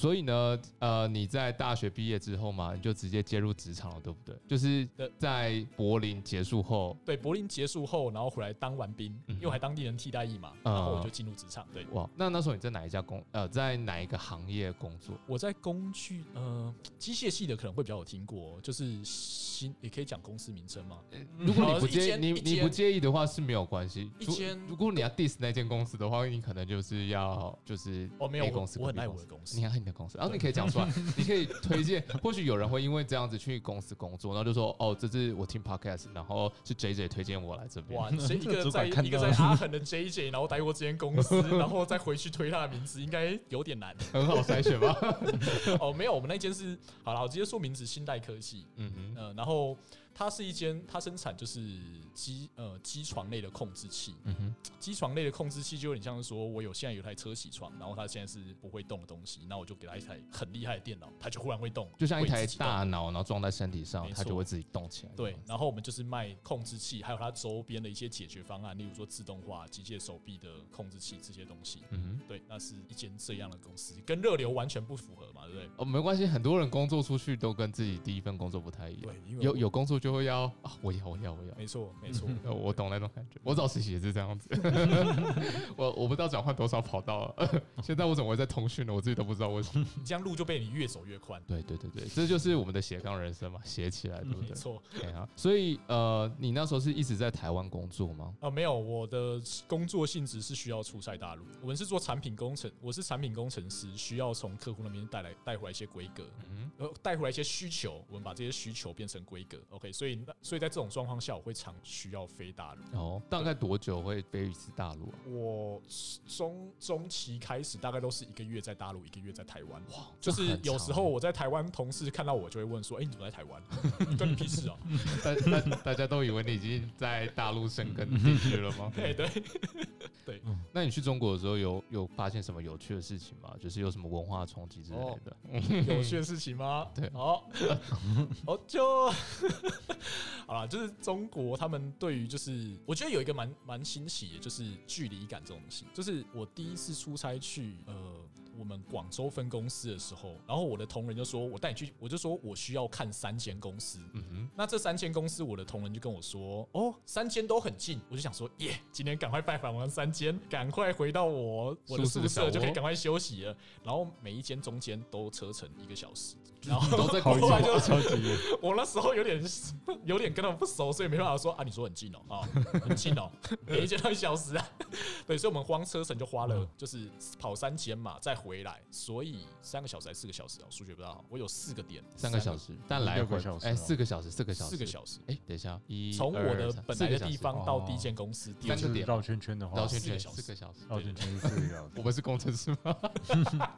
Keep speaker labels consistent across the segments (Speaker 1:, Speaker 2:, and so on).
Speaker 1: 所以呢，呃，你在大学毕业之后嘛，你就直接介入职场了，对不对？就是
Speaker 2: 对
Speaker 1: 在柏林结束后，
Speaker 2: 对，柏林结束后，然后回来当完兵，
Speaker 1: 嗯
Speaker 2: 因为我还当地人替代役嘛，
Speaker 1: 嗯
Speaker 2: 然后我就进入职场。对，
Speaker 1: 哇，那那时候你在哪一家工呃，在哪一个行业工作？
Speaker 2: 我在工具，呃，机械系的可能会比较有听过，哦就是新，也可以讲公司名称嘛。
Speaker 1: 如果你不
Speaker 2: 嗯一
Speaker 1: 介
Speaker 2: 间
Speaker 1: 你
Speaker 2: 一间
Speaker 1: 你不介意的话是没有关系。
Speaker 2: 一
Speaker 1: 如
Speaker 2: 间
Speaker 1: 如果你要 diss 那间公司的话，你可能就是要就是
Speaker 2: 哦，没有
Speaker 1: A，
Speaker 2: 我
Speaker 1: 公司
Speaker 2: 我很爱
Speaker 1: 跟 B
Speaker 2: 我
Speaker 1: 公
Speaker 2: 的
Speaker 1: 司
Speaker 2: 公司
Speaker 1: 你。很你的公司，然后你可以讲 出来，你可以推荐，或许有人会因为这样子去公司工作，然后就说哦，这是我听 podcast，然后是 JJ 推荐我来这边。
Speaker 2: 哇，谁一个
Speaker 3: 主
Speaker 2: 在
Speaker 3: 管看
Speaker 2: 一
Speaker 3: 到
Speaker 2: 个在阿恒的 JJ，然后 待过这间公司，然后再回去推他的名字，应该有点难。
Speaker 1: 很好筛选吧？
Speaker 2: 哦，没有，我们那间是好了，我直接说名字，新代科技。
Speaker 1: 嗯哼，
Speaker 2: 呃，然后它是一间，它生产就是机呃机床类的控制器，
Speaker 1: 嗯哼，
Speaker 2: 机床类的控制器就有点像是说，我有现在有台车铣床，然后它现在是不会动的东西，那我就给它一台很厉害的电脑，它就忽然会动，
Speaker 1: 就像一
Speaker 2: 会
Speaker 1: 台
Speaker 2: 自己动
Speaker 1: 大脑，然后装在身体上
Speaker 2: 没，错
Speaker 1: 它就会自己动起来。
Speaker 2: 对，然后我们就是卖控制器，还有它周边的一些解决方案，例如说自动化、机械手臂的控制器这些东西。
Speaker 1: 嗯哼。
Speaker 2: 对，那是一间这样的公司，跟热流完全不符合嘛，对不对？
Speaker 1: 哦，没关系，很多人工作出去都跟自己第一份工作不太一样
Speaker 2: 对。，因为
Speaker 1: 有
Speaker 2: 我
Speaker 1: 有工作就会要啊，我要我要我要，
Speaker 2: 没错没 错，
Speaker 1: 呃我懂那种感觉。我找实习也是这样 子，我我不知道转换多少跑道了。 现在我怎么会在通讯呢？我自己都不知道为什 么。
Speaker 2: 你这样路就被你越走越宽。
Speaker 1: 对对对对，这就是我们的斜杠人生嘛，斜起来，对不
Speaker 2: 没
Speaker 1: 对？
Speaker 2: 错，
Speaker 1: 对啊。所以呃，你那时候是一直在台湾工作吗？
Speaker 2: 啊，没有，我的工作性质是需要出差大陆。我们是做产品工程，我是产品工程师，需要从客户那边带来带回来一些规格，
Speaker 1: 嗯
Speaker 2: 呃，带回来一些需求，我们把这些需求变成规格。OK，所以那所以在这种状况下，我会常需要飞大陆。
Speaker 1: 哦，大概多久会飞一次大陆啊？
Speaker 2: 我中中期开始，大概都是一个月在大陆，一个月在台湾。哇，就
Speaker 1: 这
Speaker 2: 是
Speaker 1: 很
Speaker 2: 有
Speaker 1: 长
Speaker 2: 时候
Speaker 1: 欸
Speaker 2: 我在台湾，同事看到我就会问说：“哎、你怎么在台湾？ 关你屁事啊
Speaker 1: 大大大家都以为你已经在大陆生根定居了吗？”？
Speaker 2: 对对，
Speaker 1: 那你去中国的时候有有发现什么有趣的事情吗？就是有什么文化冲击之类的？
Speaker 2: 哦有趣的事情吗？
Speaker 1: 对
Speaker 2: 好， 哦，就 好啦，就是中国他们对于就是，我觉得有一个蛮蛮新奇的，就是距离感这种东西。就是我第一次出差去呃我们广州分公司的时候，然后我的同仁就说，我带你去，我就说我需要看三间公司。
Speaker 1: 嗯哼，
Speaker 2: 那这三间公司，我的同仁就跟我说，哦，三间都很近，我就想说，耶，今天赶快拜访完三间，赶快回到我我的
Speaker 1: 宿舍
Speaker 2: 宿
Speaker 1: 小
Speaker 2: 舍，
Speaker 1: 窝
Speaker 2: 就可以赶快休息了。然后每一间中间都车程一个小时，然 后
Speaker 1: 都在
Speaker 3: 好
Speaker 1: 广
Speaker 2: 后来
Speaker 1: 州。
Speaker 2: 就
Speaker 3: 远，超级远，
Speaker 2: 我那时候有点有点跟他们不熟，所以没办法说啊，你说很近哦、 啊、很近哦、每一间都一小时啊，对，所以我们光车程就花
Speaker 1: 嗯
Speaker 2: 了就是跑三间嘛，再回来，所以三个小时还是四个小时哦、数学不大好，我有四个点，
Speaker 1: 三个小时，但来
Speaker 3: 六
Speaker 1: 回
Speaker 3: 个小时
Speaker 1: 哎，
Speaker 3: 哦
Speaker 1: 四个小时，四个小时，
Speaker 2: 四个小时。
Speaker 1: 哎，等一下，一
Speaker 2: 从我的本来的地，
Speaker 1: 二
Speaker 2: 方
Speaker 3: 哦
Speaker 2: 到第一间公司，第
Speaker 1: 三个
Speaker 2: 二
Speaker 1: 哦
Speaker 3: 就是
Speaker 1: 点
Speaker 3: 绕圈圈的
Speaker 1: 三
Speaker 3: 话
Speaker 1: 绕，圈圈
Speaker 2: 四个小时
Speaker 1: 四个小时。
Speaker 3: 绕圈圈是四啊个小时
Speaker 1: 我们是工程师吗？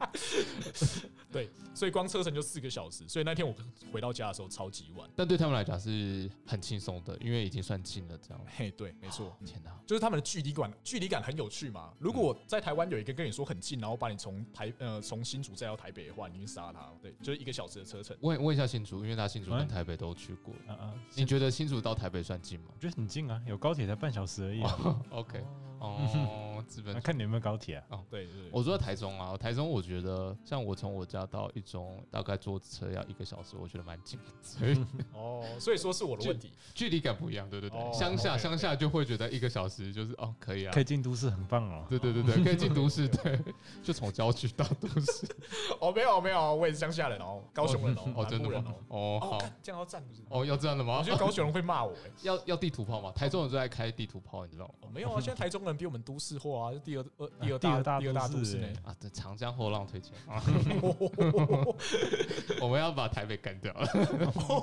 Speaker 2: 对，所以光车程就四个小时，所以那天我回到家的时候超级晚。
Speaker 1: 但对他们来讲是很轻松的，因为已经算近了，这样。
Speaker 2: 嘿，对，没错。嗯
Speaker 1: 天哪，
Speaker 2: 就是他们的距离感，距离感很有趣嘛。如果在台湾有一个跟你说很近，然后把你从台呃从新竹再到台北的话，你去杀他，对，就是一个小时的车程。
Speaker 1: 问问一下新竹，因为他新竹跟
Speaker 2: 哎
Speaker 3: 嗯
Speaker 1: 台北都去过。
Speaker 3: 啊啊！
Speaker 1: 你觉得新竹到台北算近吗
Speaker 3: 我觉得很近啊，有高铁才半小时而已啊。
Speaker 1: ？OK，哦，资本
Speaker 3: 那看你有没有高铁啊？
Speaker 2: 对对对，
Speaker 1: 我住在台中啊，台中我觉得像我从我家到一中大概坐车要一个小时，我觉得蛮近的，所以
Speaker 2: 哦，所以说是我的问题。
Speaker 1: 距离感不一样，对对对，
Speaker 2: 哦
Speaker 1: 乡下
Speaker 2: OK，OK
Speaker 1: 乡下就会觉得一个小时就是哦可以啊
Speaker 3: 可，以进都市，很棒 哦。
Speaker 1: 对对对对，可以进都市，对，就从郊区到都市，
Speaker 2: 哦，没有没有，我也是乡下人哦，高雄人哦，
Speaker 1: 哦
Speaker 2: 南
Speaker 1: 真的
Speaker 2: 部人
Speaker 1: 吗
Speaker 2: 哦。？
Speaker 1: 哦
Speaker 2: 哦，
Speaker 1: 好，
Speaker 2: 看这样要站不是？
Speaker 1: 哦要这样的
Speaker 2: 我
Speaker 1: 吗
Speaker 2: 觉？得高雄人会骂我哎。
Speaker 1: 要要地图炮吗？台中人最爱开地图炮，你知道吗？
Speaker 2: 哦，没有啊，现在台中人比我们都市化啊，是第二呃第二
Speaker 3: 第二
Speaker 2: 大
Speaker 3: 大
Speaker 2: 第二大都
Speaker 3: 都
Speaker 2: 市
Speaker 3: 市
Speaker 2: 呢。
Speaker 1: 啊，对，长江后浪推前， 欸
Speaker 2: 哦
Speaker 1: 我们要把台北干掉。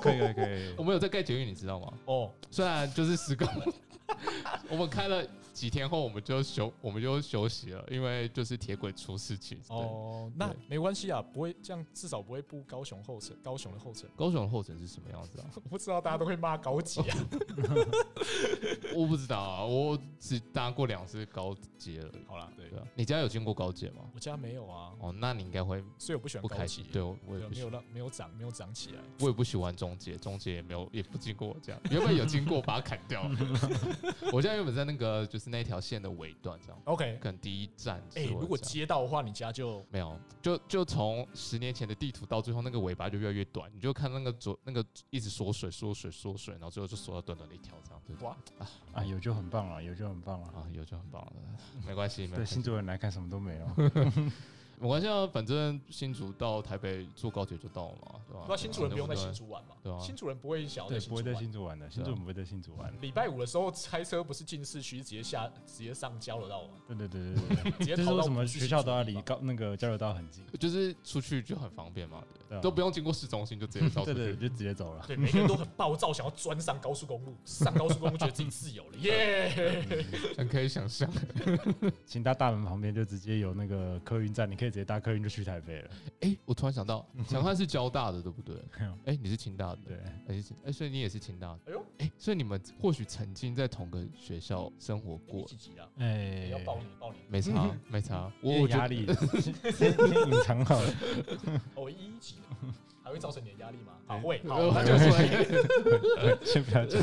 Speaker 3: 可以可以可以
Speaker 1: 我，们有在盖捷运，你知道吗？
Speaker 2: 哦，
Speaker 1: 虽然就是施工， 我们开了几天后，我们就休，我们就休息了，因为就是铁轨出事情。哦，
Speaker 2: 哦，那
Speaker 1: 对
Speaker 2: 没关系啊，不会这样，至少不会步高雄后尘，高雄 的后尘。
Speaker 1: 高雄的后城是什么样子啊？
Speaker 2: 我不知道大家都会骂高级啊，
Speaker 1: 我不知道啊，我只搭过两次高阶而已。
Speaker 2: 好啦，对
Speaker 1: 对，啊，你家有经过高阶吗？
Speaker 2: 我家没有啊，
Speaker 1: 哦，那你应该会
Speaker 2: 所以我不喜欢
Speaker 1: 不
Speaker 2: 高
Speaker 1: 开
Speaker 2: 级
Speaker 1: 心。，对，我我也
Speaker 2: 对
Speaker 1: 不
Speaker 2: 没
Speaker 1: 喜
Speaker 2: 有让没有长没有长起来。
Speaker 1: 我也不喜欢中介，中介也没有，也不经过我家。原本有经过，把它砍掉 了。我家原本在那个就是那条线的尾段，这样，
Speaker 2: OK，
Speaker 1: 可能第一站是
Speaker 2: 哎、
Speaker 1: 我家。
Speaker 2: 如果街道的话，你家就
Speaker 1: 没有，就就从十年前的地图到最后那个尾巴就越来越短，你就看那个左那个一直缩水缩水缩水，然后最后就缩到短短的一条这样。对
Speaker 2: 哇，
Speaker 3: 啊，有就很棒了，有就很棒了。
Speaker 1: 啊，有就很棒了，没关系，没
Speaker 3: 对
Speaker 1: 关系
Speaker 3: 新，竹人来看什么都没有，
Speaker 1: 没关系啊，反正新竹到台北坐高铁就到了嘛，对吧？
Speaker 2: 那啊新主人不用在
Speaker 1: 啊对
Speaker 2: 新竹玩嘛？
Speaker 1: 对啊
Speaker 2: 新主人不会想要
Speaker 3: 对，
Speaker 2: 在新
Speaker 3: 不
Speaker 2: 竹
Speaker 3: 会在
Speaker 2: 玩。
Speaker 3: 新竹玩的，新竹人不会在新竹玩。
Speaker 2: 礼拜五的时候开车不是进市区，直接下直接上交流道 嘛，
Speaker 3: 对对对对 对
Speaker 2: 直接
Speaker 3: 对，就是
Speaker 2: 跑
Speaker 3: 为
Speaker 2: 到
Speaker 3: 什
Speaker 2: 不
Speaker 3: 么
Speaker 2: 是
Speaker 3: 学
Speaker 2: 新
Speaker 3: 校
Speaker 2: 竹
Speaker 3: 都要
Speaker 2: 的地
Speaker 3: 离
Speaker 2: 方
Speaker 3: 高那个交流道很近，
Speaker 1: 啊就是出去就很方便嘛，
Speaker 3: 对啊
Speaker 1: 都不用经过市中心就直接到
Speaker 3: 对
Speaker 1: 处
Speaker 3: 对，
Speaker 1: 去。
Speaker 3: 就直接走了。
Speaker 2: 对，每个人都很暴躁，想要钻上高速公路，上高速公路觉得自己自由了，耶！
Speaker 1: 很可以想象，
Speaker 3: 新大大门旁边就直接有那个客运站，你可以直接搭客运就去台北了。
Speaker 1: 哎，我突然想 到，强汉是交大的对不对？哎，你是清大的，
Speaker 3: 对，
Speaker 1: 哎你是哎，所以你也是清大的，
Speaker 2: 哎呦，
Speaker 1: 哎，所以你们或许曾经在同个学校生活
Speaker 2: 你
Speaker 1: 过
Speaker 2: 几，级啊？
Speaker 3: 哎
Speaker 2: 要爆你爆你！
Speaker 1: 没差没差，我
Speaker 3: 有
Speaker 1: 我觉
Speaker 3: 压
Speaker 1: 得
Speaker 3: 力，先先隐藏好了。
Speaker 2: 哦，我一级的，还会造成你的压力吗？啊，会，好，
Speaker 1: 我
Speaker 2: 那
Speaker 1: 就
Speaker 2: 就
Speaker 1: 说
Speaker 2: 是
Speaker 3: 对先不要讲，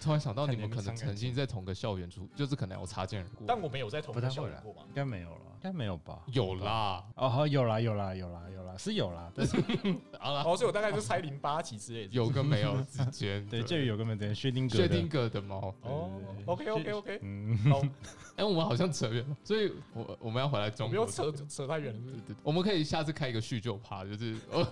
Speaker 1: 突然想到你们
Speaker 3: 看
Speaker 1: 可能
Speaker 3: 你们伤
Speaker 1: 曾
Speaker 3: 感
Speaker 1: 经在同个校园出，就是可能有擦肩而过，
Speaker 2: 但我们有在同一个
Speaker 3: 不太
Speaker 2: 校
Speaker 3: 会
Speaker 2: 园
Speaker 3: 啦
Speaker 2: 过吗
Speaker 3: 应？该没有了，应该没有吧？
Speaker 1: 有啦，
Speaker 3: 哦，好，有啦，有啦，有啦，有啦，是有啦，但是
Speaker 1: 好啦，
Speaker 2: 哦，所以我大概就猜零八级之类的。
Speaker 1: 有跟没有 之间，
Speaker 3: 对，介于有个没等薛定谔
Speaker 1: 薛
Speaker 3: 的，
Speaker 1: 定谔的猫。
Speaker 2: 哦
Speaker 3: 对
Speaker 2: ，OK
Speaker 3: 对
Speaker 2: OK
Speaker 3: 对
Speaker 2: OK，
Speaker 3: 嗯，
Speaker 2: 好，
Speaker 1: 哎，我们好像扯远了，所以我我们要回来
Speaker 2: 我
Speaker 1: 中
Speaker 2: 们
Speaker 1: 国
Speaker 2: 又。扯扯太远了是不是
Speaker 1: 对。对对我们可以下次开一个叙旧趴，就是我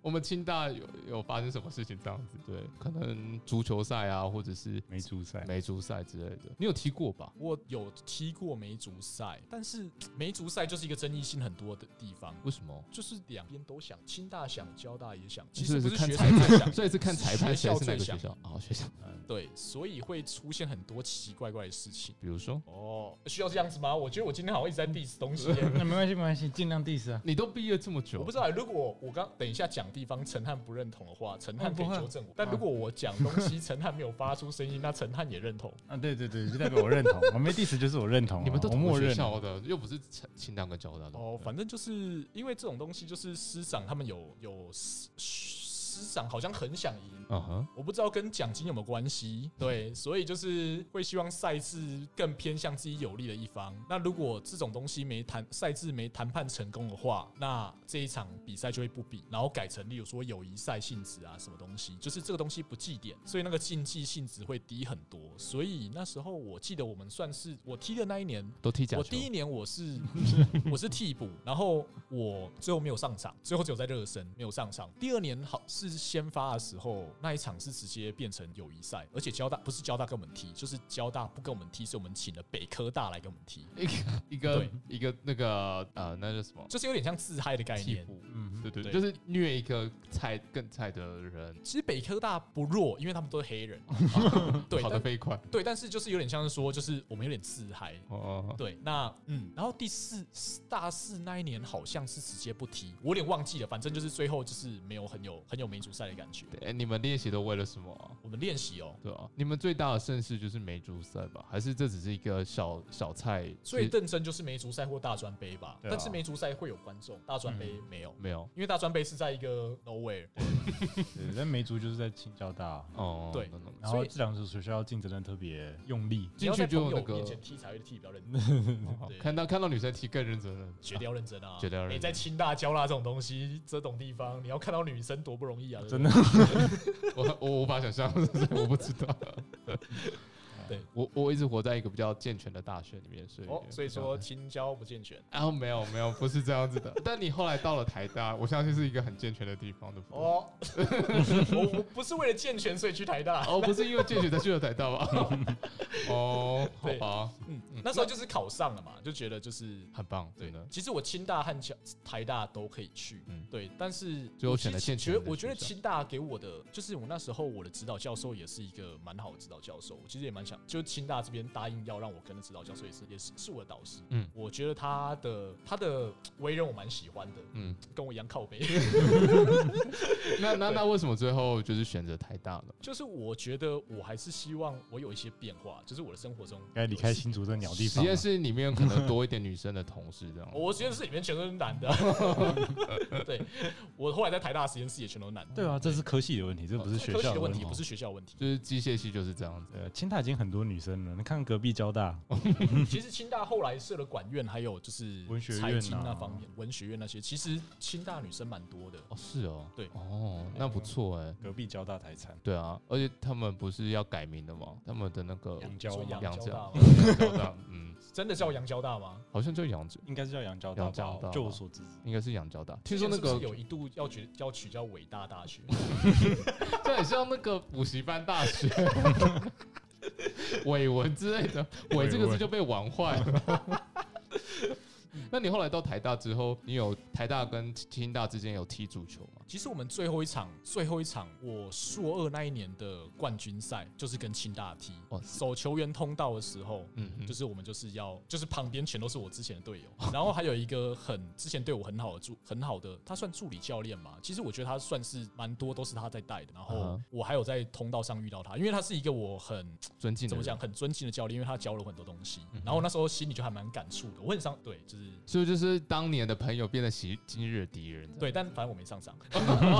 Speaker 1: 我们清大有有发生什么事情这样子，对，可能足球赛啊，或者是
Speaker 3: 没出赛，
Speaker 1: 梅竹赛之类的，你有踢过吧？
Speaker 2: 我有踢过梅竹赛，但是梅竹赛就是一个争议性很多的地方，
Speaker 1: 为什么？
Speaker 2: 就是两边都想，清大想，交大也想，其
Speaker 1: 所
Speaker 2: 实
Speaker 1: 以
Speaker 2: 不
Speaker 1: 是
Speaker 2: 是
Speaker 1: 看
Speaker 2: 学
Speaker 1: 裁
Speaker 2: 裁判
Speaker 1: 判，
Speaker 2: 想，
Speaker 1: 所以是看裁判谁
Speaker 2: 学校
Speaker 1: 是哪个
Speaker 2: 最
Speaker 1: 学
Speaker 2: 想
Speaker 1: 校啊？学校，
Speaker 2: 对，所以会出现很多奇奇怪怪的事情。
Speaker 1: 比如说
Speaker 2: 哦，需要这样子吗？我觉得我今天好像一直在 diss 东西耶、
Speaker 3: 那没关系，没关系，尽量 diss 啊。
Speaker 1: 你都毕业这么久，
Speaker 2: 我不知道、欸如果我刚等一下讲地方，陈汉不认同的话，陈汉
Speaker 3: 哦
Speaker 2: 可以
Speaker 3: 不会
Speaker 2: 纠正我。但如果我讲东 西，陈汉没有发出声音，那陈汉也认同。
Speaker 3: 啊，对对对，就代表我认同，我没 diss 就是我认
Speaker 2: 哦
Speaker 3: 同啊，
Speaker 1: 你们都
Speaker 3: 我
Speaker 1: 同
Speaker 3: 默
Speaker 1: 个学
Speaker 3: 认啊。
Speaker 1: 校的，又不是清清大跟交大的。
Speaker 2: 哦，反正就是因为这种东西，就是师长他们有有师师长好像很想赢，
Speaker 1: 嗯哼，
Speaker 2: 我不知道跟奖金有没有关系，对，所以就是会希望赛制更偏向自己有利的一方。那如果这种东西没谈赛制没谈判成功的话，那这一场比赛就会不比，然后改成例如说友谊赛性质啊，什么东西，就是这个东西不计点，所以那个竞技性质会低很多。所以那时候我记得我们算是我踢的那一年，
Speaker 1: 都踢假球。
Speaker 2: 我第一年我是我是替补，然后我最后没有上场，最后只有在热身没有上场。第二年好是先发的时候，那一场是直接变成友谊赛，而且交大不是交大跟我们踢，就是交大不跟我们踢，是我们请了北科大来跟我们踢，
Speaker 1: 一个一个
Speaker 2: 对
Speaker 1: 一个那个呃，那叫什么？
Speaker 2: 就是有点像自嗨的概
Speaker 1: 替
Speaker 2: 念。
Speaker 1: 补。
Speaker 3: 嗯，
Speaker 1: 对对对，
Speaker 2: 对
Speaker 1: 就是虐一个菜更菜的人，
Speaker 2: 其实北科大不弱，因为他们都是黑人，
Speaker 1: 哦
Speaker 2: 对
Speaker 1: 跑得
Speaker 2: 但
Speaker 1: 飞快。
Speaker 2: 对，但是就是有点像是说，就是我们有点自嗨。
Speaker 1: 哦，
Speaker 2: 对，那嗯，然后第四大四那一年好像是直接不踢，我有点忘记了，反正就是最后就是没有很有很有民族赛的感觉。
Speaker 1: 对哎你们练习都为了什么啊、
Speaker 2: 我们练习哦，
Speaker 1: 对啊，你们最大的盛事就是梅竹赛吧？还是这只是一个小小菜？
Speaker 2: 所以
Speaker 1: 其实
Speaker 2: 认真就是梅竹赛或大专杯吧，
Speaker 3: 对啊
Speaker 2: 但是梅竹赛会有观众，大专杯
Speaker 1: 嗯
Speaker 2: 没有。
Speaker 1: 没有
Speaker 2: 因为大专杯是在一个 nowhere，
Speaker 3: 对，但梅竹就是在青交大啊，
Speaker 1: 哦，
Speaker 2: 对
Speaker 1: no, no, no
Speaker 3: 然后这两所学校竞争的特别用力。
Speaker 2: 你要
Speaker 1: 进去
Speaker 2: 在
Speaker 1: 就
Speaker 2: 朋
Speaker 1: 有那
Speaker 2: 友面
Speaker 1: 个
Speaker 2: 前踢才会踢比 较认真，
Speaker 1: 哦
Speaker 2: 对
Speaker 1: 看到看到女生踢更认真了，
Speaker 2: 绝对要认真啊！
Speaker 1: 绝对要认真
Speaker 2: 你在清大、交大这种东西，这种地方，你要看到女生多不容易啊！
Speaker 3: 真
Speaker 2: 的，
Speaker 3: 的，
Speaker 1: 我我无法想象， 我不知道。
Speaker 2: 对
Speaker 1: 我我一直活在一个比较健全的大学里面， 所以
Speaker 2: 哦，所以说青交不健全
Speaker 1: 啊没有没有不是这样子的。 但你后来到了台大，我相信是一个很健全的地方，对不对？
Speaker 2: 哦。 我我不是为了健全所以去台大，
Speaker 1: 哦，不是因为健全才去了台大 吧？哦，好
Speaker 2: 对
Speaker 1: 吧，
Speaker 2: 嗯，那时候就是考上了嘛，就觉得就是
Speaker 1: 很棒，
Speaker 2: 对
Speaker 1: 真的。
Speaker 2: 其实我清大和交台大都可以去，
Speaker 1: 嗯
Speaker 2: 对，但是
Speaker 1: 最后选了
Speaker 2: 其实
Speaker 1: 健全
Speaker 2: 觉得
Speaker 1: 的
Speaker 2: 我觉得
Speaker 1: 学校
Speaker 2: 清大给我的，就是我那时候我的指导教授也是一个蛮好的指导教授，我其实也蛮想长，就清大这边答应要让我跟着指导教授也是也是是我的导师，
Speaker 1: 嗯
Speaker 2: 嗯，我觉得他的他的为人我蛮喜欢的，
Speaker 1: 嗯，
Speaker 2: 跟我一样靠背，
Speaker 1: 那那那为什么最后就是选择台大了？
Speaker 2: 就是我觉得我还是希望我有一些变化，就是我的生活中
Speaker 3: 该离开
Speaker 2: 有一些
Speaker 3: 新竹这鸟地
Speaker 1: 实
Speaker 2: 啊
Speaker 3: 方了
Speaker 1: 验。室里面可能多一点女生的同事这样。
Speaker 2: 哦我实验室里面全都是男的，对我后来在台大实验室也全都是男的，
Speaker 3: 对啊，这是科系的问题，这不是学
Speaker 2: 科
Speaker 3: 校
Speaker 2: 学的问题，
Speaker 3: 哦
Speaker 2: 不是学校的问题。
Speaker 1: 就是机械系就是这样子，
Speaker 3: 呃，清大已经很多女生了，你看隔壁交大，
Speaker 2: 其实清大后来设了管院，还有就是
Speaker 3: 文学院啊
Speaker 2: 财经那方面，文学院那些，其实清大女生蛮多的。
Speaker 1: 哦，是哦，
Speaker 2: 对
Speaker 1: 哦，那不错哎、
Speaker 3: 隔壁交大台产，
Speaker 1: 对啊，而且他们不是要改名的吗？他们的那个
Speaker 3: 杨交
Speaker 2: 所以
Speaker 3: 嘛
Speaker 2: 杨
Speaker 1: 杨
Speaker 2: 交
Speaker 1: 家
Speaker 2: 大吗？
Speaker 1: 交大，嗯，
Speaker 2: 真的叫杨交大吗？
Speaker 1: 好像就杨子，
Speaker 3: 应该是叫杨交
Speaker 1: 阳
Speaker 3: 大
Speaker 1: 交大
Speaker 3: 吧？就我所知，
Speaker 1: 应该是杨交大。听说那
Speaker 2: 之前
Speaker 1: 个
Speaker 2: 是不是有一度要取要取叫伟大大学，
Speaker 1: 这很像那个补习班大 学，伟文之类的，伟这个字就被玩坏了。 那你后来到台大之后，你有台大跟清大之间有踢足球吗？
Speaker 2: 其实我们最后一场，最后一场我硕二那一年的冠军赛，就是跟清大踢
Speaker 1: 哇，塞
Speaker 2: 走球员通道的时候，
Speaker 1: 嗯哼，
Speaker 2: 就是我们就是要，就是旁边全都是我之前的队友， 然后还有一个很之前对我很好的助很好的，他算助理教练嘛。其实我觉得他算是蛮多都是他在带的，然
Speaker 1: 嗯
Speaker 2: 后
Speaker 1: 哼
Speaker 2: 我还有在通道上遇到他，因为他是一个我很
Speaker 1: 尊敬的
Speaker 2: 怎么
Speaker 1: 人嗯
Speaker 2: 讲很尊敬的教练，因为他教了我很多东西，然后那时候心里就还蛮感触的，我很伤，对，就是。
Speaker 1: 是不是就是当年的朋友变得今今日的敌人？
Speaker 2: 对，但反正我 没上场，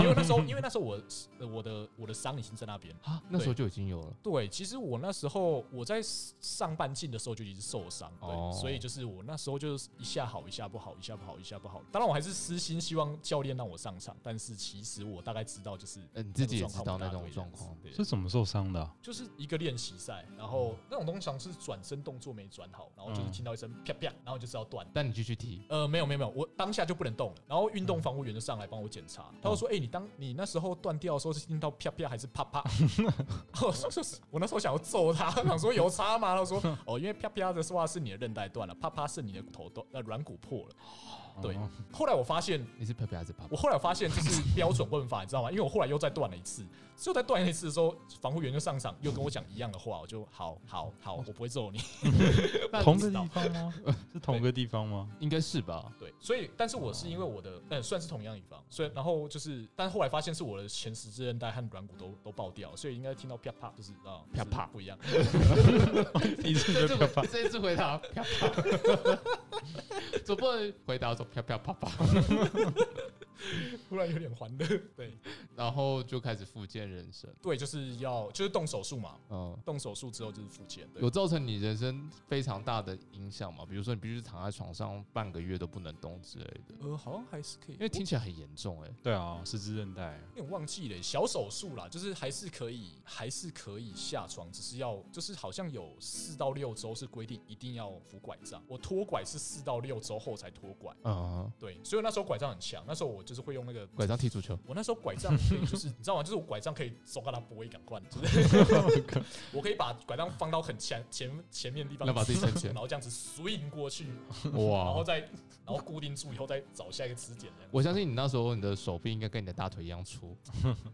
Speaker 2: 因为那时候，因为那时候我呃我的我的伤已经在那边，
Speaker 1: 啊，那时候就已经有了。
Speaker 2: 对，其实我那时候我在上半季的时候就已经受伤，对，
Speaker 1: 哦
Speaker 2: 所以就是我那时候就是一下好一下不好，一下不好一下不好。当然我还是私心希望教练让我上场，但是其实我大概知道就是
Speaker 1: 呃你自己也
Speaker 2: 那个
Speaker 1: 知道
Speaker 2: 状
Speaker 1: 那
Speaker 2: 况不大
Speaker 1: 种
Speaker 2: 对
Speaker 1: 状况，
Speaker 2: 这样子
Speaker 3: 是怎么受伤的啊？
Speaker 2: 对，就是一个练习赛，然后那种通常是转身动作没转好，然后就是
Speaker 3: 嗯
Speaker 2: 听到一声啪啪，然后就知道断了。
Speaker 1: 但你继续踢，
Speaker 2: 呃，没有没有没有，我当下就不能动了。然后运动防护员就上来帮我检查，他就说：“哎、你当你那时候断掉的时候是听到啪啪还是啪 啪？”我说：“我那时候想要揍他， 想说有差吗？”他说：“哦，因为啪啪的话是你的韧带断了，啪啪是你的头断呃软骨破了。”对
Speaker 3: 哦，
Speaker 2: 后来我发现，
Speaker 1: 你是啪啪还是啪啪？
Speaker 2: 我后来发现这是标准问法，你知道吗？因为我后来又再断了一次，所以我再断一次的时候，防护员就上场又跟我讲一样的话，我就好好好，我不会揍你。
Speaker 3: 同个地方吗？是同个地方吗？
Speaker 1: 应该是吧？
Speaker 2: 对，所以但是我是因
Speaker 1: 哦
Speaker 2: 为我的嗯、呃算是同样一方，所以然后就是，但后来发现是我的前十字韧带和软骨都都爆掉，所以应该听到啪啪就是啊
Speaker 1: 啪啪
Speaker 2: 就是不一样。
Speaker 3: 第一次就
Speaker 1: 这
Speaker 3: 啪
Speaker 1: 回
Speaker 3: 啪，
Speaker 1: 这一次回答啪啪， 总不能回答说啪啪啪啪，
Speaker 2: 突然有点欢乐。对
Speaker 1: 然后就开始复健人生。
Speaker 2: 对，就是要就是动手术嘛，
Speaker 1: 嗯，
Speaker 2: 动手术之后就是复健。对
Speaker 1: 有造成你人生非常大的影响吗？比如说你必须躺在床上半个月都不能动之类的，
Speaker 2: 呃，好像还是可以，
Speaker 1: 因为听起来很严重哎、
Speaker 3: 对啊，十字韧带，
Speaker 2: 有点忘记了小手术啦，就是还是可以，还是可以下床，只是要就是好像有四到六周是规定一定要扶拐杖，我拖拐是四到六周后才拖拐。
Speaker 1: 嗯，
Speaker 2: 对，所以那时候拐杖很强，那时候我就是会用那个
Speaker 1: 拐杖踢足球，
Speaker 2: 我那时候拐杖 可以就是你知道吗？就是我拐杖可以手跟他不会赶快，就是我可以把拐杖放到很前前前面的地方，
Speaker 1: 那把自己撑起来
Speaker 2: 然后这样子 swing 过去， 然后
Speaker 1: 哇！
Speaker 2: 再然后固定住以后再找下一个支点这样。
Speaker 1: 我相信你那时候你的手臂应该跟你的大腿一样粗，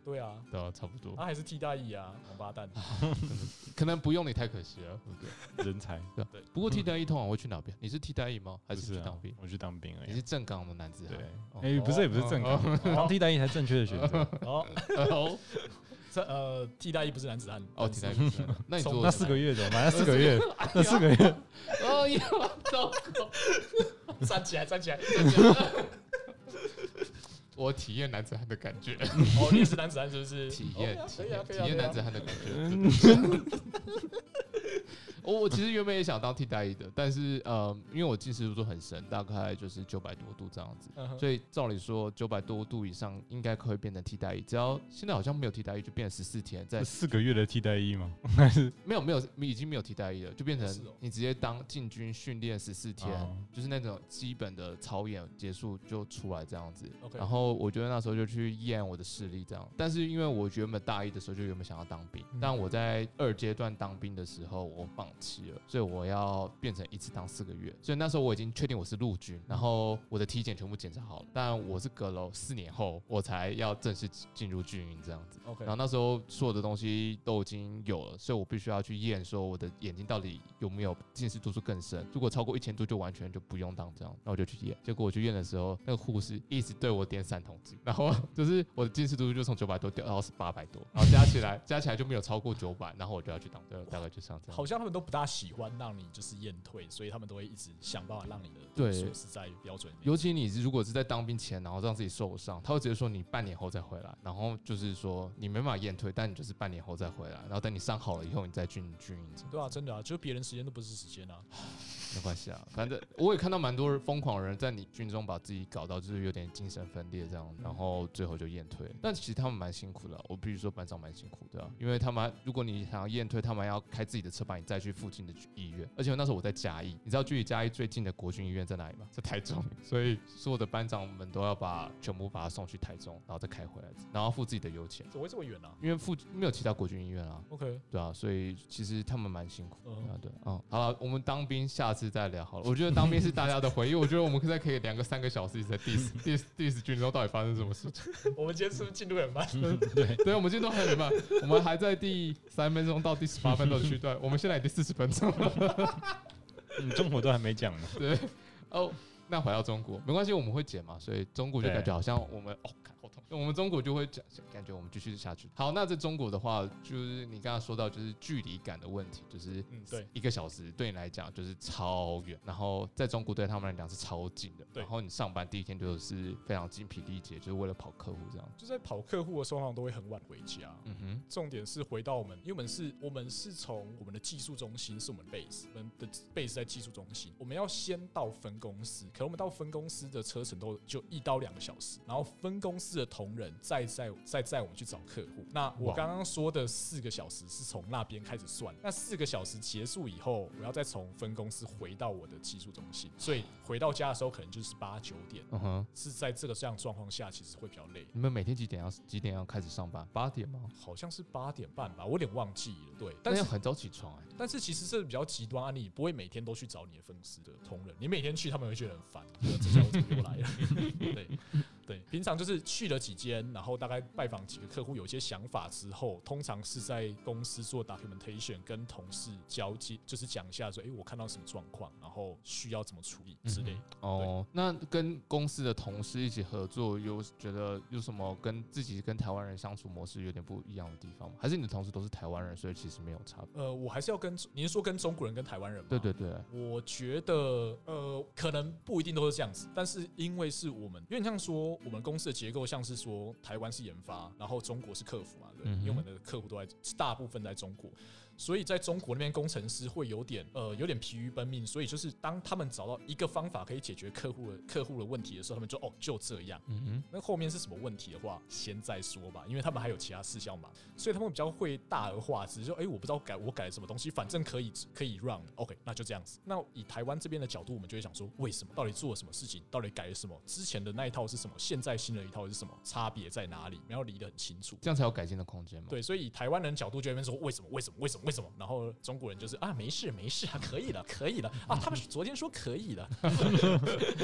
Speaker 2: 对啊，
Speaker 1: 对啊，差不多，
Speaker 2: 他还是替代役啊，王 八蛋。
Speaker 1: 可能不用你太可惜了，对不对？
Speaker 3: 人才
Speaker 1: 对啊
Speaker 2: 对
Speaker 1: 不过替代役通常会去哪边？你是替代役吗？还
Speaker 3: 不
Speaker 1: 是
Speaker 3: 是
Speaker 1: 去
Speaker 3: 啊
Speaker 1: 当兵？
Speaker 3: 我去当兵而
Speaker 1: 你
Speaker 3: 已
Speaker 1: 是。正港的男子汉
Speaker 3: 对。，
Speaker 1: 哦
Speaker 3: 哎，不是也不是正
Speaker 1: 哦
Speaker 3: 常，当替代役才正确的选择。
Speaker 2: 哦，
Speaker 1: 哦
Speaker 2: 这呃，替代役不是男子汉
Speaker 1: 哦，替代 役不是，那你做
Speaker 2: 从
Speaker 1: 了
Speaker 3: 那
Speaker 1: 什
Speaker 3: 四
Speaker 1: 么
Speaker 3: 个月怎么办？那四个月，那四个月，
Speaker 1: 哦呀，糟糕！
Speaker 2: 站起来，站起来。
Speaker 1: 我体验男子汉的感 觉，
Speaker 2: 哦，你也是男子汉是不 是？
Speaker 1: 体验
Speaker 2: 哦
Speaker 1: 体
Speaker 2: 可以啊，
Speaker 1: 验
Speaker 2: 可
Speaker 1: 体
Speaker 2: 以啊，
Speaker 1: 验
Speaker 2: 可以啊
Speaker 1: 男子。汉的感 觉。 我我其实原本也想当替代役的，但是呃，因为我近视度数很深，大概就是九百多度这样子，
Speaker 2: 嗯哼
Speaker 1: 所以照理说九百多度以上应该可以变成替代役。只要现在好像没有替代役，就变成十四天，在
Speaker 3: 那四个月的替代役吗？
Speaker 1: 没有没有已经没有替代役了，就变
Speaker 2: 是
Speaker 1: 成
Speaker 2: 哦
Speaker 1: 你直接当进军训练十四天
Speaker 3: 哦，
Speaker 1: 就是那种基本的操演结束就出来这样子。
Speaker 2: OK
Speaker 1: 然后我觉得那时候就去验我的视力这样，但是因为我原本大一的时候就原本想要当兵，
Speaker 2: 嗯
Speaker 1: 但我在二阶段当兵的时候我放期了，所以我要变成一次当四个月。所以那时候我已经确定我是陆军，
Speaker 2: 嗯
Speaker 1: 然后我的体检全部检查好了，但我是隔了四年后我才要正式进入军营这样子。
Speaker 2: OK，
Speaker 1: 然后那时候所有的东西都已经有了，所以我必须要去验说我的眼睛到底有没有近视度数更深。如果超过一千度，就完全就不用当这样。那我就去验，结果我去验的时候，那个护士一直对我点散瞳剂，然后 就是我的近视度数就从九百多掉到八百多，然后加起来 加起来就没有超过九百，然后我就要去当，对，大概就像这样。
Speaker 2: 好像他们都不大喜欢让你就是验退，所以他们都会一直想办法让你的
Speaker 1: 对
Speaker 2: 说实在标准一点。
Speaker 1: 尤其你如果是在当兵前，然后让自己受伤，他会直接说你半年后再回来，然后就是说你没办法验退，但你就是半年后再回来，然后等你伤好了以后，你再去军营这样。
Speaker 2: 对啊，真的啊，就是别人时间都不是时间啊。
Speaker 1: 没关系啊，反正我也看到蛮多疯狂的人在你军中把自己搞到就是有点精神分裂这样，然后最后就验退。但其实他们蛮辛苦的啊、我必须说班长蛮辛苦的啊、因为他们如果你想要验退，他们还要开自己的车把你载去附近的医院。而且那时候我在嘉义，你知道距离嘉义最近的国军医院在哪里吗？在台中， 所以所有的班长们都要把全部把他送去台中，然后再开回来，然后付自己的油钱，
Speaker 2: 怎么会这么远啊
Speaker 1: 因为附没有其他国军医院啊。
Speaker 2: ？OK，
Speaker 1: 对啊，所以其实他们蛮辛苦的、
Speaker 2: 嗯
Speaker 1: 啊，对啊、嗯好了，我们当兵下次再聊好了。我觉得当兵是大家的回忆，我觉得我们现在可以两个三个小时一直在 diss diss diss 军中到底发生什么事情。
Speaker 2: 我们今天是不是进度很慢？
Speaker 3: 对，
Speaker 1: 对，我们今天都很慢，我们还在第三分钟到第十八分钟的区段，我们现在已经四十分钟了。
Speaker 3: 你中国都还没讲呢。
Speaker 1: 对，哦，那回到中国没关系，我们会剪嘛，所以中国就感觉好像我们哦，看好痛，我们中国就会讲，感觉我们继续下去。好，那在中国的话，就是你刚刚说到就是距离感的问题，就是
Speaker 2: 嗯，对，
Speaker 1: 一个小时对你来讲就是超远，然后在中国对他们来讲是超近的。
Speaker 2: 对
Speaker 1: 然后你上班第一天就是非常精疲力竭，就是为了跑客户这样。
Speaker 2: 就在跑客户的时候，好像都会很晚回家。
Speaker 1: 嗯哼，
Speaker 2: 重点是回到我们，因为我们是，我们是从我们的技术中心是我们的 base，我们的 base 在技术中心，我们要先到分公司，可能我们到分公司的车程都就一到两个小时，然后分公司的同仁再载再载我们去找客户。那我
Speaker 1: 哇
Speaker 2: 刚刚说的四个小时是从那边开始算，那四个小时结束以后，我要再从分公司回到我的技术中心，所以回到家的时候可能就是八九点，
Speaker 1: 嗯哼，
Speaker 2: 是在这个这样状况下，其实会比较累。
Speaker 1: 你们每天几点要几点要开始上班？八点吗？
Speaker 2: 好像是八点半吧，我有点忘记了。对，但
Speaker 1: 但
Speaker 2: 是
Speaker 1: 是很早起床哎、
Speaker 2: 但是其实这是比较极端案例，不会每天都去找你的分司的同仁，你每天去他们会觉得很烦，这家伙怎么又来了？对对，平常就是去了几间，然后大概拜访几个客户，有一些想法之后，通常是在公司做 documentation，跟同事交接，就是讲一下说，诶，我看到什么状况，然后需要怎么处理之类的。
Speaker 1: 嗯哦，那跟公司的同事一起合作，有觉得有什么跟自己跟台湾人相处模式有点不一样的地方吗？还是你的同事都是台湾人，所以其实没有差别？
Speaker 2: 呃，我还是要跟你是说跟中国人跟台湾人吗？
Speaker 1: 对对对，
Speaker 2: 我觉得呃，可能不一定都是这样子，但是因为是我们，有点像说我们公司的结构，像是说台湾是研发，然后中国是客服嘛，对不对，
Speaker 1: 嗯哼
Speaker 2: 因为我们的客户都在大部分在中国，所以在中国那边工程师会有点呃有点疲于奔命，所以就是当他们找到一个方法可以解决客户的客户的问题的时候，他们就哦就这样。
Speaker 1: 嗯
Speaker 2: 那后面是什么问题的话，先再说吧，因为他们还有其他事项嘛，所以他们比较会大而化之，就哎、诶我不知道改我改了什么东西，反正可以可以 run，OK，、那就这样子。那以台湾这边的角度，我们就会想说，为什么？到底做了什么事情？到底改了什么？之前的那一套是什么？现在新的一套是什么？差别在哪里？我们要理得很清楚
Speaker 1: 哼，。这样才有改进的空间嘛。
Speaker 2: 对，所以以台湾人角度就在那边说为什么为什么为什么为什么，然后中国人就是啊没事没事啊可以了可以了啊他们是昨天说可以了，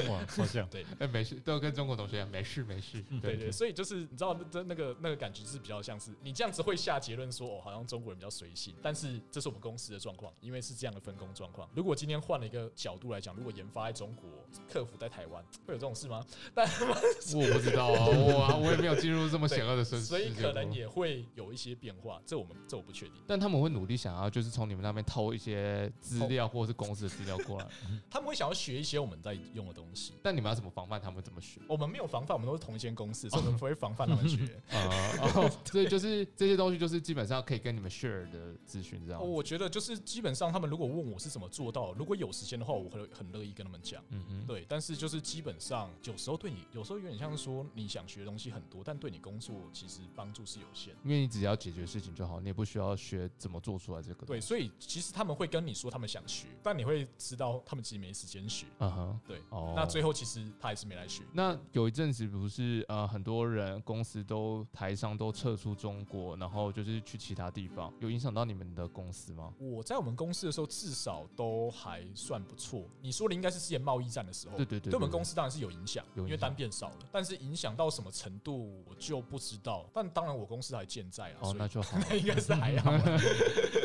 Speaker 3: 哇，好像
Speaker 2: 对
Speaker 1: 哎、没事，都跟中国同学一样，没事没事。
Speaker 2: 嗯对对，所以就是你知道那那那个那个感觉是比较像是你这样子会下结论说哦，好像中国人比较随性，但是这是我们公司的状况，因为是这样的分工状况。如果今天换了一个角度来讲，如果研发在中国，客服在台湾，会有这种事吗？
Speaker 1: 我不知道啊，我啊我也没有进入这么
Speaker 2: 对
Speaker 1: 险恶的深
Speaker 2: 所以
Speaker 1: 世界
Speaker 2: 可能
Speaker 1: 过
Speaker 2: 也会有一些变化，这我们这我不确定。
Speaker 1: 但他们会努力想要，就是从你们那边偷一些资料或是公司的资料过来。
Speaker 2: 他们会想要学一些我们在用的东西。
Speaker 1: 但你们要怎么防范他们怎么学？
Speaker 2: 我们没有防范，我们都是同一间 公司，所以我们不会防范他们学。
Speaker 1: 啊、哦，所以就是这些东西，就是基本上可以跟你们 share 的资讯这样
Speaker 2: 哦，
Speaker 1: 子。
Speaker 2: 我觉得就是基本上，他们如果问我是怎么做到，如果有时间的话，我会很乐意跟他们讲。
Speaker 1: 嗯哼，
Speaker 2: 对，但是就是基本上有时候对你，有时候有点像是说你想学的东西很多，但对你工作其实帮助是有限。
Speaker 1: 因为你只要解决事情就好，你也不需要学怎么做出来这个。
Speaker 2: 对，，所以其实他们会跟你说他们想学，但你会知道他们其实没时间学。
Speaker 1: 嗯哼，
Speaker 2: 对，
Speaker 1: 哦，
Speaker 2: 那最后其实他还是没来学。
Speaker 1: 那有一阵子不是呃，很多人公司都台商都撤出中国，然后就是去其他地方，有影响到你们的公司吗？
Speaker 2: 我在我们公司的时候，至少都还算不错。你说的应该是之前贸易战的时候，
Speaker 1: 对对对
Speaker 2: 哦对我们公司当然是有影响，
Speaker 1: 有影
Speaker 2: 因
Speaker 1: 响
Speaker 2: 为单变少了，但是影响到什么程度我就不知道。但当然我公司还健在啊，
Speaker 1: 哦
Speaker 2: 所，以
Speaker 1: 那就好。
Speaker 2: 那 应该是还好。啊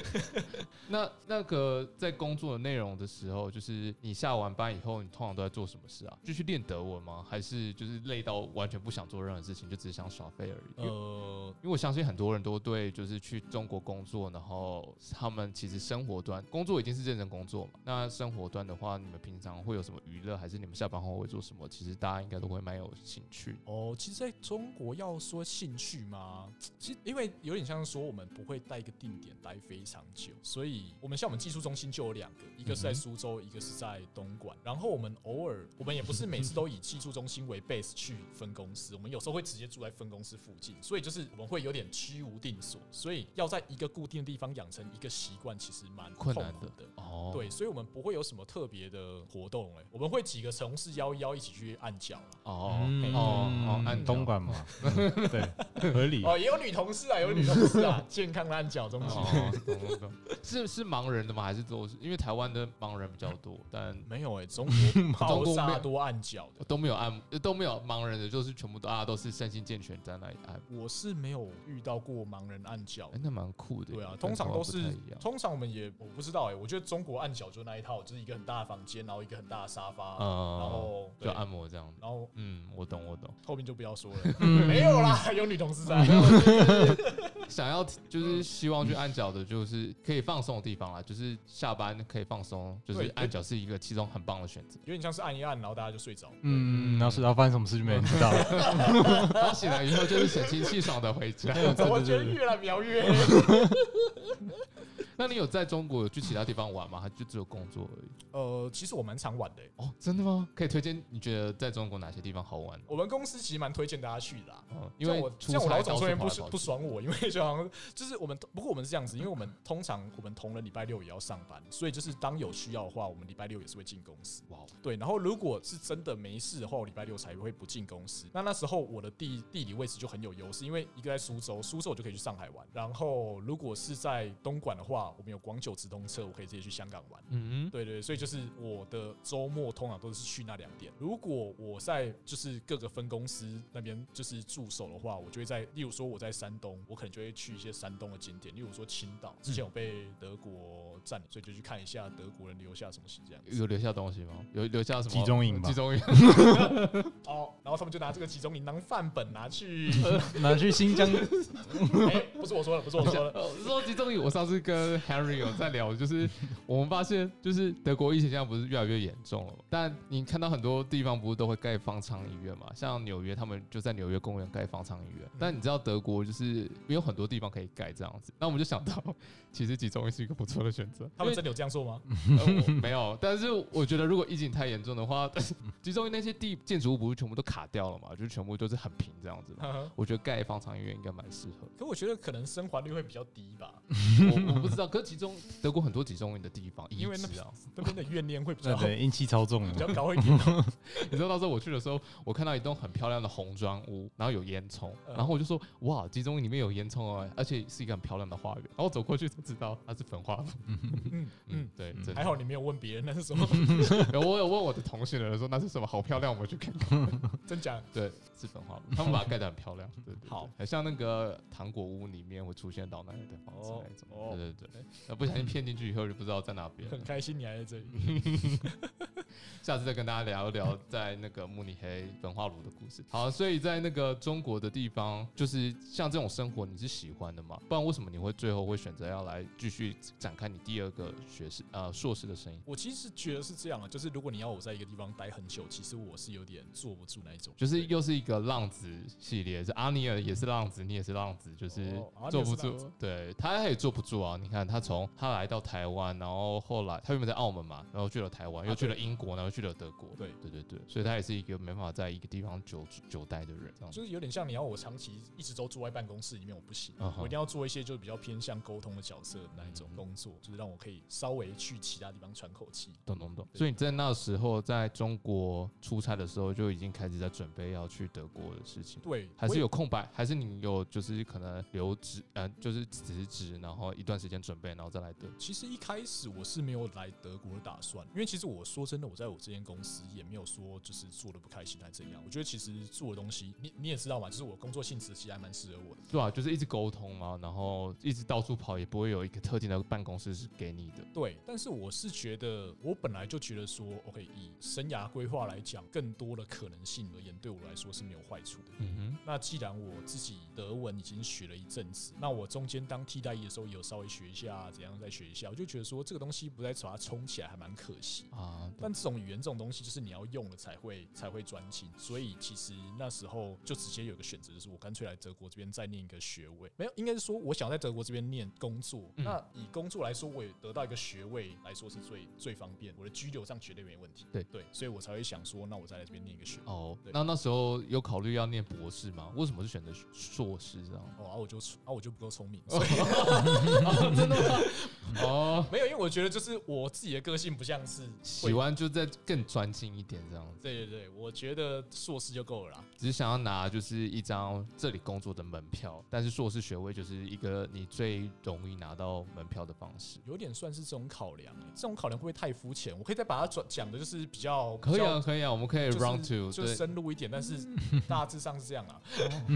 Speaker 1: 那那个在工作的内容的时候，就是你下完班以后，你通常都在做什么事啊？就去练德文吗？还是就是累到完全不想做任何事情，就只是想耍废而已？因为
Speaker 2: 呃，
Speaker 1: 因为我相信很多人都对，就是去中国工作，然后他们其实生活端工作已经是认真工作嘛。那生活端的话，你们平常会有什么娱乐，还是你们下班后会做什么？其实大家应该都会蛮有兴趣。
Speaker 2: 哦，其实在中国要说兴趣吗？其实因为有点像是说我们不会在一个定点待非常久，所以我们像我们技术中心就有两个，一个是在
Speaker 1: 嗯哼
Speaker 2: 苏州，一个是在东莞。然后我们偶尔，我们也不是每次都以技术中心为 base 去分公司，我们有时候会直接住在分公司附近，所以就是我们会有点居无定所，所以要在一个固定的地方养成一个习惯，其实蛮
Speaker 1: 困
Speaker 2: 痛
Speaker 1: 难
Speaker 2: 苦
Speaker 1: 的哦，
Speaker 2: 对，所以我们不会有什么特别的活动、欸，我们会几个同事邀一邀一起去按脚啊啦。
Speaker 1: 哦
Speaker 3: 嗯
Speaker 1: 哦哦，按
Speaker 3: 按东
Speaker 1: 管
Speaker 3: 莞嘛，嗯对，合理。
Speaker 2: 哦，也有女同事啊，有女同事啊， 健康的按脚中心。
Speaker 1: 嗯哦，懂懂懂， 是是盲人的吗？还是都是因为台湾的盲人比较多，但
Speaker 2: 没有哎、中国
Speaker 1: 中
Speaker 2: 爆
Speaker 1: 国没
Speaker 2: 炸
Speaker 1: 有
Speaker 2: 多按脚的，
Speaker 1: 都没有按都没有盲人的，就是全部都大家啊都是身心健全在那里按，
Speaker 2: 我是没有遇到过盲人按脚
Speaker 1: 哎、。那蛮酷的耶。
Speaker 2: 对啊，
Speaker 1: 跟
Speaker 2: 通常
Speaker 1: 台湾
Speaker 2: 都
Speaker 1: 不
Speaker 2: 是
Speaker 1: 太一样，
Speaker 2: 通常我们也我不知道哎、我觉得中国按脚就那一套，就是一个很大的房间，然后一个很大的沙发，啊然
Speaker 1: 嗯，
Speaker 2: 后对
Speaker 1: 就，按摩这样子。
Speaker 2: 然后
Speaker 1: 嗯，我懂， 我懂。
Speaker 2: 后面就不要说了，
Speaker 1: 嗯
Speaker 2: 没有啦，有女同事在。
Speaker 1: 想要就是希望去按脚的，就是可以放松的地方啦，就是下班可以放松，就是
Speaker 2: 对。
Speaker 1: 按脚是一个其中很棒的选择
Speaker 2: 有点像是按一按，然后大家就睡着。
Speaker 3: 嗯，然后睡到发生什么事就没人知道了。
Speaker 1: 然后醒来以后就是神清气爽的回家。
Speaker 2: 我觉得越来越越
Speaker 1: 那你有在中国有去其他地方玩吗？还就只有工作而已？
Speaker 2: 呃，其实我蛮常玩的欸、
Speaker 1: 哦，真的吗？可以推荐你觉得在中国哪些地方好玩？
Speaker 2: 我们公司其实蛮推荐大家去的、啊。
Speaker 1: 哦，因
Speaker 2: 因为
Speaker 1: 为
Speaker 2: 我
Speaker 1: 出
Speaker 2: 像我
Speaker 1: 差到
Speaker 2: 老总
Speaker 1: 处
Speaker 2: 这
Speaker 1: 跑来跑
Speaker 2: 边不
Speaker 1: 去
Speaker 2: 爽不爽我，因为就好像就是我们，不过我们是这样子，因为我们通常我们同仁礼拜六也要上班，所以就是当有需要的话，我们礼拜六也是会进公司。
Speaker 1: 哇哦，
Speaker 2: 对，然后如果是真的没事的话，我礼拜六才会不进公司。那那时候我的地地理位置就很有优势，因为一个在苏州，苏州我就可以去上海玩。然后如果是在东莞的话，我们有广九直通车，我可以直接去香港玩。
Speaker 1: 嗯，
Speaker 2: 对对，所以就是我的周末通常都是去那两点。如果我在就是各个分公司那边就是驻守的话，我就会在，例如说我在山东，我可能就会去一些山东的景点，例如说青岛。之前我被德国占领，所以就去看一下德国人留下什么事这样子。
Speaker 1: 有留下东西吗？有留下什么？
Speaker 3: 集中营吧
Speaker 1: 集中营。
Speaker 2: 哦，然后他们就拿这个集中营当范本拿去，
Speaker 3: 拿去新 疆，
Speaker 2: 哎，不是我说的，不是我说的。
Speaker 1: 哦说集中营，我上次跟 Harry 有在聊，就是 我们发现，就是德国疫情现在不是越来越严重了嘛，但你看到很多地方不是都会盖方舱医院嘛？像纽约，他们就在纽约公园盖方舱医院。但你知道德国就是也有很多地方可以盖这样子，那我们就想到，其实集中营是一个不错的选择。
Speaker 2: 他们真的有这样做吗？
Speaker 1: 因为、呃我 没有，但是我觉得如果疫情太严重的话，集中营那些地建筑物不是全部都卡掉了嘛？就是全部都是很平这样子嘛。我觉得盖方舱医院应该蛮适合的。
Speaker 2: 可我觉得可能生还率会比较低吧，
Speaker 1: 我我不知道，可是集中德国很多集中营的地方，
Speaker 2: 因为
Speaker 1: 遗
Speaker 2: 那
Speaker 1: 址啊，
Speaker 2: 那边的怨念会比
Speaker 3: 对
Speaker 1: 哦
Speaker 2: 较
Speaker 3: 对，阴气超重
Speaker 2: 比较。
Speaker 3: 的
Speaker 2: 高一点。
Speaker 1: 你知道，到时候我去的时候，我看到一栋很漂亮的红砖屋，然后有烟囱，
Speaker 2: 嗯
Speaker 1: 然后我就说哇，集中营里面有烟囱哦，而且是一个很漂亮的花园。然后我走过去才知道它是焚化炉。
Speaker 2: 嗯嗯
Speaker 1: 嗯，，对，
Speaker 3: 嗯
Speaker 1: 真
Speaker 2: 还
Speaker 1: 的。
Speaker 2: 好你没有问别人那是什么，
Speaker 1: 然后我有问我的同学的人说那是什么，好漂亮，我们去看看。
Speaker 2: 真假？
Speaker 1: 对，是焚化炉，他们把它盖得很漂 亮。对对对，
Speaker 2: 好，
Speaker 1: 很像那个糖果屋里面会出现到那里的房子
Speaker 2: 哦
Speaker 1: 那一种。
Speaker 2: 哦
Speaker 1: 对对对，那不小心骗进去以后就不知道在哪 边了
Speaker 2: 很。开心你还在这里。
Speaker 1: 下次再跟大家聊一 聊在那个慕尼黑焚化炉的故事。好，所以在那个中国的地方，就是像这种生活，你是喜欢的嘛？不然为什么你会最后会选择要来继续展开你第二个学士呃硕士的生意？
Speaker 2: 我其实觉得是这样啊，就是如果你要我在一个地方待很久，其实我是有点坐不住那一种，
Speaker 1: 就是又是一个浪子系列，是阿尼尔也是浪子，你也是浪子，就是
Speaker 2: 哦阿尼尔
Speaker 1: 坐不
Speaker 2: 是
Speaker 1: 住，
Speaker 2: 浪子
Speaker 1: 对他也坐不住啊！你看他从他来到台湾，然后后来他原本在澳门嘛，然后去了台湾，
Speaker 2: 啊
Speaker 1: 又去了
Speaker 2: 对
Speaker 1: 英国，然后去了德国。
Speaker 2: 对
Speaker 1: 对对对，所以他也是一个没办法在一个地方久久待的人，这样子。
Speaker 2: 就是有点像你要我长期一直都坐在办公室里面，我不行
Speaker 1: 嗯哼
Speaker 2: 我一定要做一些就是比较偏向沟通的角色的那一种
Speaker 1: 嗯
Speaker 2: 工作，就是让我可以稍微去其他地方喘口气。
Speaker 1: 懂懂懂。
Speaker 2: 对
Speaker 1: 所以你在那时候在中国出差的时候，就已经开始在准备要去德国的事情。
Speaker 2: 对，
Speaker 1: 还
Speaker 2: 我
Speaker 1: 是
Speaker 2: 也
Speaker 1: 有空白，还是你有就是可能留职，呃，就是辞职，然后一段时间准备，然后再来德。
Speaker 2: 其实一开始我是没有来德国的打算，因为其实我说真的，我在我这间公司也没有说就是做的不开心还是怎样。我觉得其实做的东西，你你也知道嘛，就是我工作性质其实还蛮适合我的。
Speaker 1: 对啊，就是一直沟通嘛，然后一直到处跑，也不会有一个特定的办公室是给你的。
Speaker 2: 对，但是我是觉得，我本来就觉得说，OK，以生涯规划来讲，更多的可能性而言，对我来说是没有坏处的。
Speaker 1: 嗯
Speaker 2: 那既然我自己德文已经学了一阵子，那我中间当替代役的时候也有稍微学一下，啊怎样再学一下，我就觉得说这个东西不再把它冲起来还蛮可惜。
Speaker 1: 哼，啊，
Speaker 2: 但这种语言这种东西，就是你要用了才会才会专精，所以其实那时候就直接有一个选择，就是我干脆来德国这边再念一个学位。没有，应该是说我想在德国这边念工作。
Speaker 1: 嗯
Speaker 2: 那以工作来说，我也得到一个学位来说是最最方便，我的居留上绝对没问题。
Speaker 1: 对
Speaker 2: 对，所以我才会想说，那我再来这边念一个学位。
Speaker 1: 哦，
Speaker 2: 对
Speaker 1: 那那时候有考虑要念博士吗？为什么是选择硕士这样？
Speaker 2: 哦，啊，我就啊，我就不够聪 明，所以
Speaker 1: 真的吗？哦，
Speaker 2: 没有，因为我觉得就是我自己的个性不像是
Speaker 1: 喜
Speaker 2: 会，
Speaker 1: 欢就再更专心一点这样子，
Speaker 2: 对对对，我觉得硕士就够了啦。
Speaker 1: 只是想要拿就是一张这里工作的门票，但是硕士学位就是一个你最容易拿到门票的方式。
Speaker 2: 有点算是这种考量、欸，这种考量会不会太肤浅？我可以再把它转讲的，就是比较
Speaker 1: 可以，啊，
Speaker 2: 比
Speaker 1: 可以啊，我们可以
Speaker 2: 较
Speaker 1: round
Speaker 2: 就
Speaker 1: two，
Speaker 2: 是就是
Speaker 1: 对，
Speaker 2: 深入一点，但 是大致上是这样啊。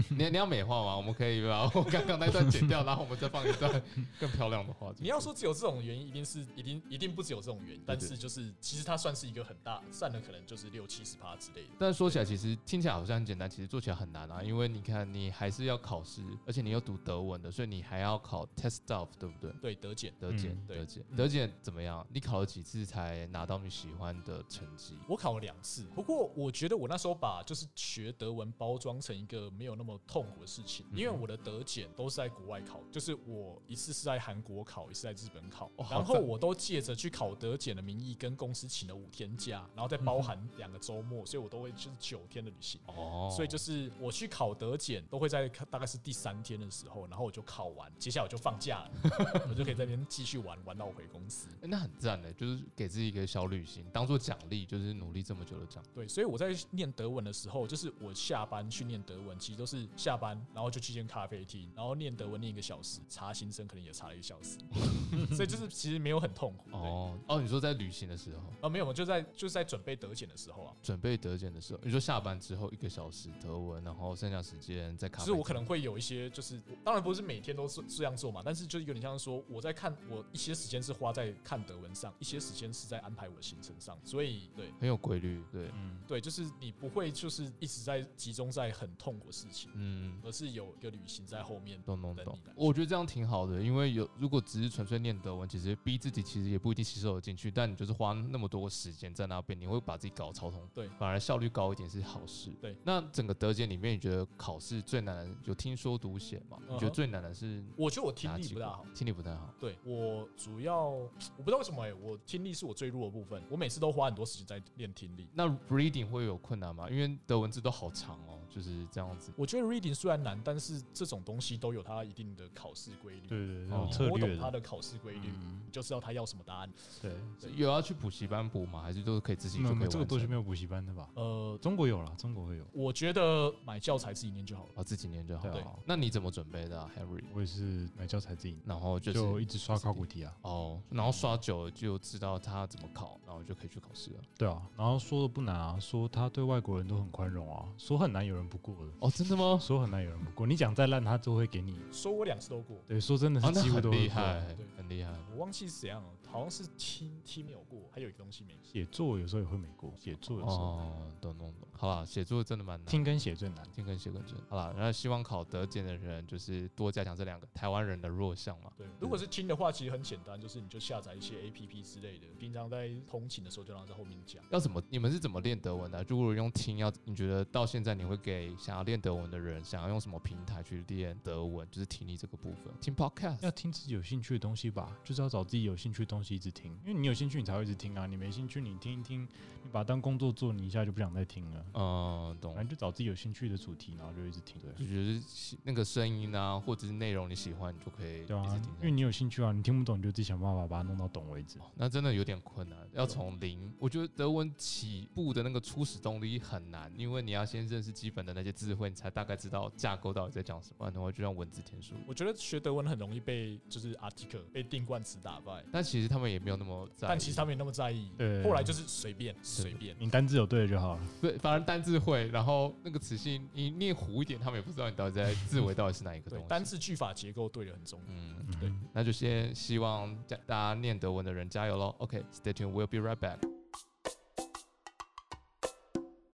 Speaker 1: 你你要美化吗？我们可以把我刚刚那段剪掉，然后我们再放一段更漂亮的话。
Speaker 2: 你要说只有这种原因，一定是一定一定不只有这种原因，但
Speaker 1: 对
Speaker 2: 是就是其实它算是一个很大，占了可能就是六七十趴之类的。
Speaker 1: 但说起来，其实听起来好像很简单，其实做起来很难啊。因为你看，你还是要考试，而且你又读德文的，所以你还要考 test stuff，对不对？
Speaker 2: 对，德检，
Speaker 1: 德检
Speaker 3: 嗯，
Speaker 1: 德
Speaker 2: 对
Speaker 1: 检，
Speaker 2: 嗯
Speaker 1: 德检怎么样？你考了几次才拿到你喜欢的成绩？
Speaker 2: 我考了两次，不过我觉得我那时候把就是学德文包装成一个没有那么痛苦的事情，
Speaker 1: 嗯
Speaker 2: 因为我的德检都是在国外考，就是我一次是在韩国考，一次在日本考，
Speaker 1: 哇哦好
Speaker 2: 然后
Speaker 1: 赞
Speaker 2: 我都借着去考德检的名义跟公司请了五天假，然后再包含两个周末，所以我都会就是九天的旅行。
Speaker 1: 嗯哦
Speaker 2: 所以就是我去考德检，都会在大概是第三天的时候，然后我就考完，接下来我就放假 了，我就可以在那边继续玩，玩到我回公司。
Speaker 1: 欸那很赞的，就是给自己一个小旅行，当做奖励，就是努力这么久的奖。
Speaker 2: 对，所以我在念德文的时候，就是我下班去念德文，其实都是下班，然后就去间咖啡厅，然后念德文念一个小时，查新生可能也查了一个小 时，所以就是其实没有很痛苦。哦，
Speaker 1: 哦哦，你说在旅行的时候，
Speaker 2: 啊没有，我就在就是在准备德检的时候啊，
Speaker 1: 准备德检的时候，你说下班之后一个小时德文，然后剩下时间在咖啡
Speaker 2: 就是
Speaker 1: 厅。
Speaker 2: 我可能会有一些，就是当然不是每天都是这样做嘛，但是就是有点像是说我在看我一些时间是花在看德文上，一些时间是在安排我的行程上，所以对。
Speaker 1: 很有规律，对，
Speaker 3: 嗯，
Speaker 2: 对，就是你不会就是一直在集中在很痛苦的事情，
Speaker 1: 嗯，
Speaker 2: 而是有一个旅行在后面
Speaker 1: 懂懂
Speaker 2: 等
Speaker 1: 懂
Speaker 2: 你来。
Speaker 1: 我觉得这样挺好的，因为有如果只是纯粹念德文，其实逼自己其实也不一定吸收得进去，但你就是花那么多时间在那边，你会把自己搞超通。
Speaker 2: 对
Speaker 1: 反而效率高一点是好事。
Speaker 2: 对，
Speaker 1: 那整个德检里面，你觉得考试最难的有听说读写吗？你觉得
Speaker 2: 嗯哼
Speaker 1: 最难的是
Speaker 2: 我觉得我
Speaker 1: 哪
Speaker 2: 听力
Speaker 1: 几
Speaker 2: 不大
Speaker 1: 个
Speaker 2: 好。，
Speaker 1: 听力不太好。
Speaker 2: 对我主要我不知道为什么哎、我听力是我最弱的部分，我每次都花很多时间在练听力。
Speaker 1: 那 reading 会有困难吗？因为德文字都好长哦，就是这样子。
Speaker 2: 我觉得 reading 虽然难，但是这种东西都有它一定的考试规律，
Speaker 3: 嗯对对，对那
Speaker 1: 哦
Speaker 3: 种
Speaker 2: 你
Speaker 3: 策
Speaker 2: 摸
Speaker 3: 略
Speaker 2: 懂它
Speaker 3: 的，
Speaker 2: 的考试规律，
Speaker 3: 嗯
Speaker 2: 你就知道它要什么答案。
Speaker 3: 对，
Speaker 1: 有要去补习班补吗？还是都可以自己就可
Speaker 3: 没有
Speaker 1: 以
Speaker 3: 没有这个
Speaker 1: 完
Speaker 3: 都是
Speaker 1: 成？
Speaker 3: 没有补习班的吧？
Speaker 2: 呃，
Speaker 3: 中国有啦，中国会有。
Speaker 2: 我觉得买教材自己念就好了。
Speaker 1: 啊，自己念就好。
Speaker 3: 对
Speaker 1: 了。那你怎么准备的、啊、，Henry？
Speaker 3: 我也是买教材自己，
Speaker 1: 然后就是
Speaker 3: 就一直刷考古题啊。
Speaker 1: 哦，然后刷久了就知道他怎么考，然后就可以去考试了。
Speaker 3: 对啊，然后说的不难啊，说他对外国人都很宽容啊，说很难有人不过的，
Speaker 1: 哦，真的吗？
Speaker 3: 说很难有人不过。你讲再烂，他都会给你。
Speaker 2: 说我两次都过，
Speaker 3: 对，说真的
Speaker 1: 啊
Speaker 3: 是，
Speaker 1: 那
Speaker 3: 几乎
Speaker 1: 很
Speaker 3: 都会
Speaker 1: 厉
Speaker 3: 过。
Speaker 1: 害
Speaker 2: 对，
Speaker 1: 很厉害。
Speaker 2: 我忘记是怎样了，好像是听听没有过，还有一个东西没过。
Speaker 3: 写作有时候也会没过，写作有时候、
Speaker 1: 哦，懂懂懂。好啦，写作真的蛮难。
Speaker 3: 听跟写最难。
Speaker 1: 听跟写跟真的好啦，然后希望考德检的人就是多加强这两个台湾人的弱项嘛。
Speaker 2: 对，如果是听的话，其实很简单，就是你就下载一些 A P P 之类的，平常在通勤的时候就让它在后面讲。
Speaker 1: 要怎么？你们是怎么练德文的啊、如果用听，要你觉得到现在你会给想要练德文的人，想要用什么平台去练德文？就是听力这个部分，听 podcast
Speaker 3: 要听自己有兴趣的东西吧，就是要找自己有兴趣的东东西一直听，因为你有兴趣你才会一直听啊，你没兴趣你听一听，你把它当工作做，你一下就不想再听了。
Speaker 1: 嗯，懂
Speaker 3: 反。正就找自己有兴趣的主题，然后就一直听。对，
Speaker 1: 就觉得是那个声音啊，或者是内容你喜欢，你就可以一
Speaker 3: 对啊
Speaker 1: 直听，
Speaker 3: 因
Speaker 1: 下
Speaker 3: 为
Speaker 1: 去。
Speaker 3: 你有兴趣啊，你听不懂你就自己想办法把它弄到懂为止。
Speaker 1: 哦那真的有点困难，要从零。我觉得德文起步的那个初始动力很难，因为你要先认识基本的那些智慧，你才大概知道架构到底在讲什么，然后就像文字天书。
Speaker 2: 我觉得学德文很容易被就是 article 被定冠词打败，
Speaker 1: 但其实他们也没有那么在意，嗯
Speaker 2: 但其实他们也那么在意。
Speaker 3: 对
Speaker 2: 后来就是随便随便。
Speaker 3: 你单字有对的就好了。
Speaker 1: 对，反而单字会，然后那个词性你念糊一点，他们也不知道你到底在字尾到底是哪一个
Speaker 2: 对
Speaker 1: 东，西。
Speaker 2: 单字句法结构对的很重要。
Speaker 1: 嗯，
Speaker 3: 嗯
Speaker 2: 对
Speaker 1: 那就先希望大家念德文的人加油喽。OK，stay、tuned，we'll be right back。